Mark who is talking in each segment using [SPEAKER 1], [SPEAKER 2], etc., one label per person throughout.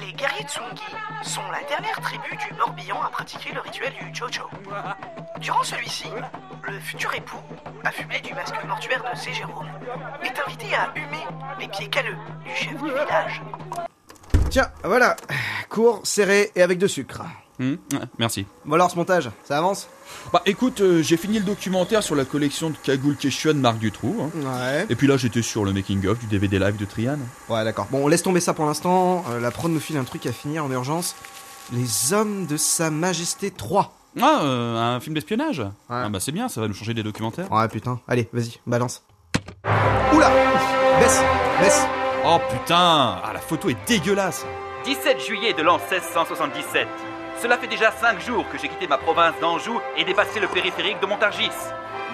[SPEAKER 1] Les guerriers Tsungi sont la dernière tribu du Morbihan à pratiquer le rituel du Jojo. Durant celui-ci, le futur époux, affumé du masque mortuaire de C. Jérôme, est invité à humer les pieds calleux du chef du village.
[SPEAKER 2] Tiens, voilà. Court, serré et avec de sucre.
[SPEAKER 3] Hum, ouais, Merci.
[SPEAKER 2] Bon alors ce montage, ça avance
[SPEAKER 3] Bah écoute, euh, j'ai fini le documentaire sur la collection de cagoules Quechua de Marc Dutroux. hein.
[SPEAKER 2] Ouais.
[SPEAKER 3] Et puis là, j'étais sur le making-of du DVD live de Trian.
[SPEAKER 2] Ouais, d'accord. Bon, on laisse tomber ça pour l'instant. Euh, la prod nous file un truc à finir en urgence. Les hommes de Sa Majesté 3.
[SPEAKER 3] Ah, euh, un film d'espionnage Ah bah c'est bien, ça va nous changer des documentaires.
[SPEAKER 2] Ouais, putain. Allez, vas-y, balance. Oula Baisse, baisse.
[SPEAKER 3] Oh putain Ah, la photo est dégueulasse
[SPEAKER 4] 17 juillet de l'an 1677. Cela fait déjà 5 jours que j'ai quitté ma province d'Anjou et dépassé le périphérique de Montargis.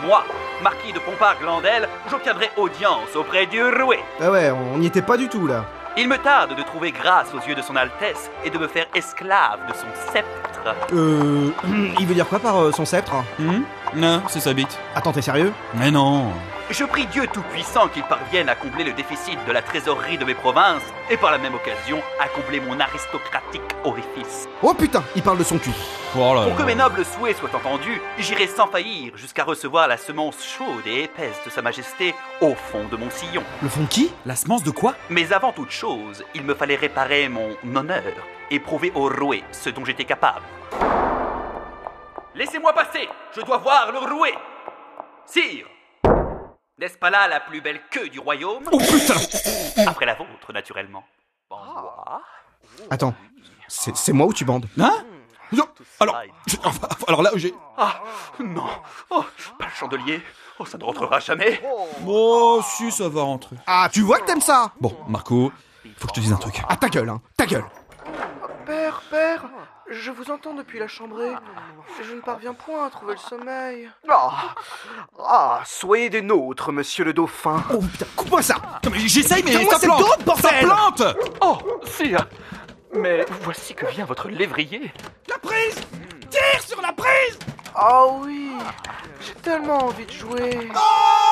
[SPEAKER 4] Moi, marquis de Pompard-Glandel, j'obtiendrai audience auprès du roué.
[SPEAKER 2] Bah ouais, on n'y était pas du tout là.
[SPEAKER 4] Il me tarde de trouver grâce aux yeux de son Altesse et de me faire esclave de son sceptre.
[SPEAKER 2] Euh. Il veut dire quoi par euh, son sceptre
[SPEAKER 3] Hum Non, c'est sa bite.
[SPEAKER 2] Attends, t'es sérieux
[SPEAKER 3] Mais non
[SPEAKER 4] Je prie Dieu Tout-Puissant qu'il parvienne à combler le déficit de la trésorerie de mes provinces et par la même occasion à combler mon aristocratique orifice.
[SPEAKER 2] Oh putain, il parle de son cul.
[SPEAKER 3] Oh là
[SPEAKER 4] Pour que
[SPEAKER 3] là.
[SPEAKER 4] mes nobles souhaits soient entendus, j'irai sans faillir jusqu'à recevoir la semence chaude et épaisse de Sa Majesté au fond de mon sillon.
[SPEAKER 2] Le fond de qui
[SPEAKER 3] La semence de quoi
[SPEAKER 4] Mais avant toute chose, il me fallait réparer mon honneur et prouver au roué ce dont j'étais capable. Laissez-moi passer, je dois voir le roué. Sire, n'est-ce pas là la plus belle queue du royaume
[SPEAKER 3] Oh putain
[SPEAKER 4] Après la vôtre, naturellement. Bon, moi,
[SPEAKER 2] Attends, c'est c'est moi ou tu bandes
[SPEAKER 3] Hein Non, Alors,
[SPEAKER 4] Mmh. ça, il-
[SPEAKER 3] je- enfin, alors là, j'ai...
[SPEAKER 4] Ah, non Oh, pas le chandelier Oh, ça ne rentrera jamais
[SPEAKER 3] Oh, si, ça va rentrer.
[SPEAKER 2] Ah, tu vois que t'aimes ça
[SPEAKER 3] Bon, Marco, faut que je te dise un truc.
[SPEAKER 2] Ah, ta gueule, hein, ta gueule.
[SPEAKER 5] Père, père, je vous entends depuis la chambrée. Je ne parviens point à trouver le sommeil.
[SPEAKER 1] Ah, ah, soyez des nôtres, monsieur le dauphin.
[SPEAKER 2] Oh putain, coupe-moi ça
[SPEAKER 3] Non, mais j'essaye, mais
[SPEAKER 2] Donne-moi
[SPEAKER 3] ça
[SPEAKER 2] cette
[SPEAKER 3] plante
[SPEAKER 2] drogue,
[SPEAKER 3] Ça
[SPEAKER 2] bordel
[SPEAKER 3] plante
[SPEAKER 4] Oh, sire Mais voici que vient votre lévrier
[SPEAKER 3] La prise Tire sur la prise
[SPEAKER 5] Ah oui, j'ai tellement envie de jouer.
[SPEAKER 3] Oh